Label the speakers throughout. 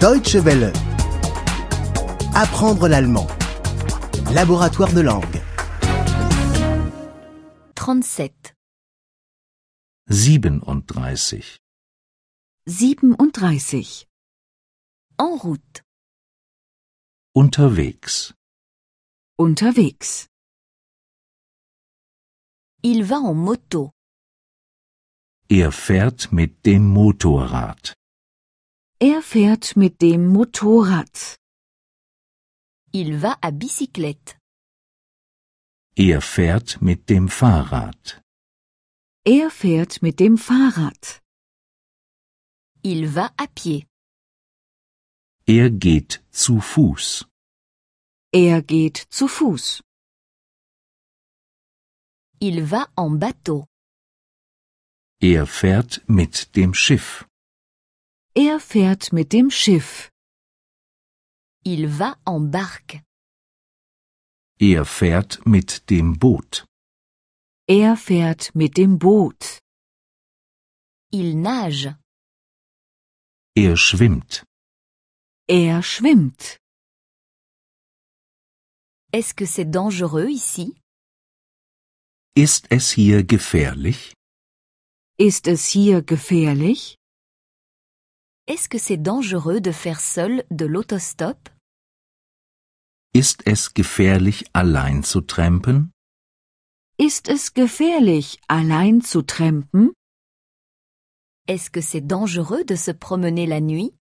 Speaker 1: Deutsche Welle. Apprendre l'allemand. Laboratoire de langue.
Speaker 2: 37.
Speaker 3: 37.
Speaker 4: 37.
Speaker 2: En route.
Speaker 3: Unterwegs.
Speaker 4: Unterwegs.
Speaker 2: Il va en moto.
Speaker 3: Er fährt mit dem Motorrad.
Speaker 4: Er fährt mit dem Motorrad.
Speaker 2: Il va à bicyclette.
Speaker 3: Er fährt mit dem Fahrrad.
Speaker 4: Er fährt mit dem Fahrrad.
Speaker 2: Il va à pied.
Speaker 3: Er geht zu Fuß.
Speaker 4: Er geht zu Fuß.
Speaker 2: Il va en bateau.
Speaker 3: Er fährt mit dem Schiff.
Speaker 4: Er fährt mit dem Schiff.
Speaker 2: Il va en barque.
Speaker 3: Er fährt mit dem Boot.
Speaker 4: Er fährt mit dem Boot.
Speaker 2: Il nage.
Speaker 3: Er schwimmt.
Speaker 4: Er schwimmt.
Speaker 2: Est-ce que c'est dangereux ici
Speaker 3: Ist es hier gefährlich?
Speaker 4: Ist es hier gefährlich?
Speaker 2: Est-ce que c'est dangereux de faire seul de l'autostop
Speaker 3: Ist es gefährlich, allein zu trampen?
Speaker 4: Ist es gefährlich, allein zu trampen?
Speaker 2: Est-ce que c'est dangereux de se promener la nuit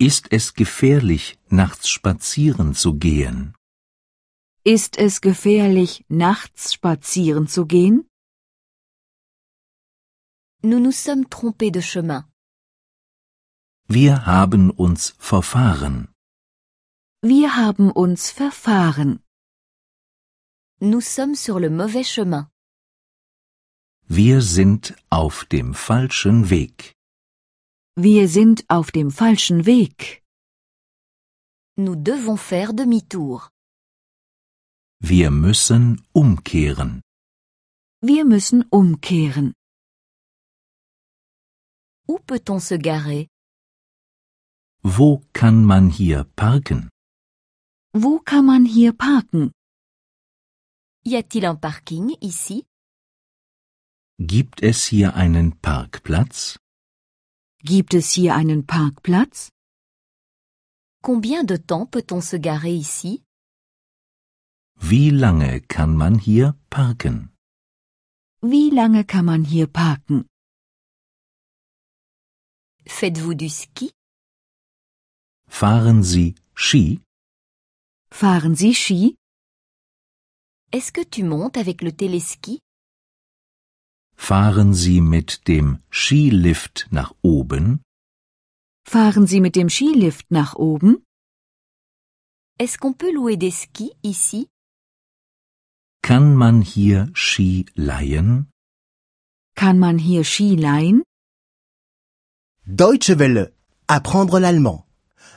Speaker 3: Ist es gefährlich, nachts spazieren zu gehen?
Speaker 4: Ist es gefährlich, nachts spazieren zu gehen?
Speaker 2: Nous nous sommes trompés de chemin.
Speaker 3: Wir haben uns verfahren.
Speaker 4: Wir haben uns verfahren.
Speaker 2: Nous sommes sur le mauvais chemin.
Speaker 3: Wir sind auf dem falschen Weg.
Speaker 4: Wir sind auf dem falschen Weg.
Speaker 2: Nous devons faire demi-tour.
Speaker 3: Wir müssen umkehren.
Speaker 4: Wir müssen umkehren.
Speaker 2: Où peut-on se garer
Speaker 3: Wo kann man hier parken?
Speaker 4: Wo kann man hier parken?
Speaker 2: Y a-t-il un parking ici
Speaker 3: Gibt es hier einen Parkplatz?
Speaker 4: Gibt es hier einen Parkplatz?
Speaker 2: Combien de temps peut-on se garer ici
Speaker 3: Wie lange kann man hier parken?
Speaker 4: Wie lange kann man hier parken?
Speaker 2: Faites-vous du ski
Speaker 3: Fahren Sie Ski?
Speaker 4: Fahren Sie Ski?
Speaker 2: Est-ce que tu montes avec le téléski
Speaker 3: Fahren Sie mit dem Skilift nach oben?
Speaker 4: Fahren Sie mit dem Skilift nach oben?
Speaker 2: Est-ce qu'on peut louer des skis ici
Speaker 3: Kann man hier Ski leihen?
Speaker 4: Kann man hier Ski leihen?
Speaker 1: Deutsche Welle. Apprendre l'allemand.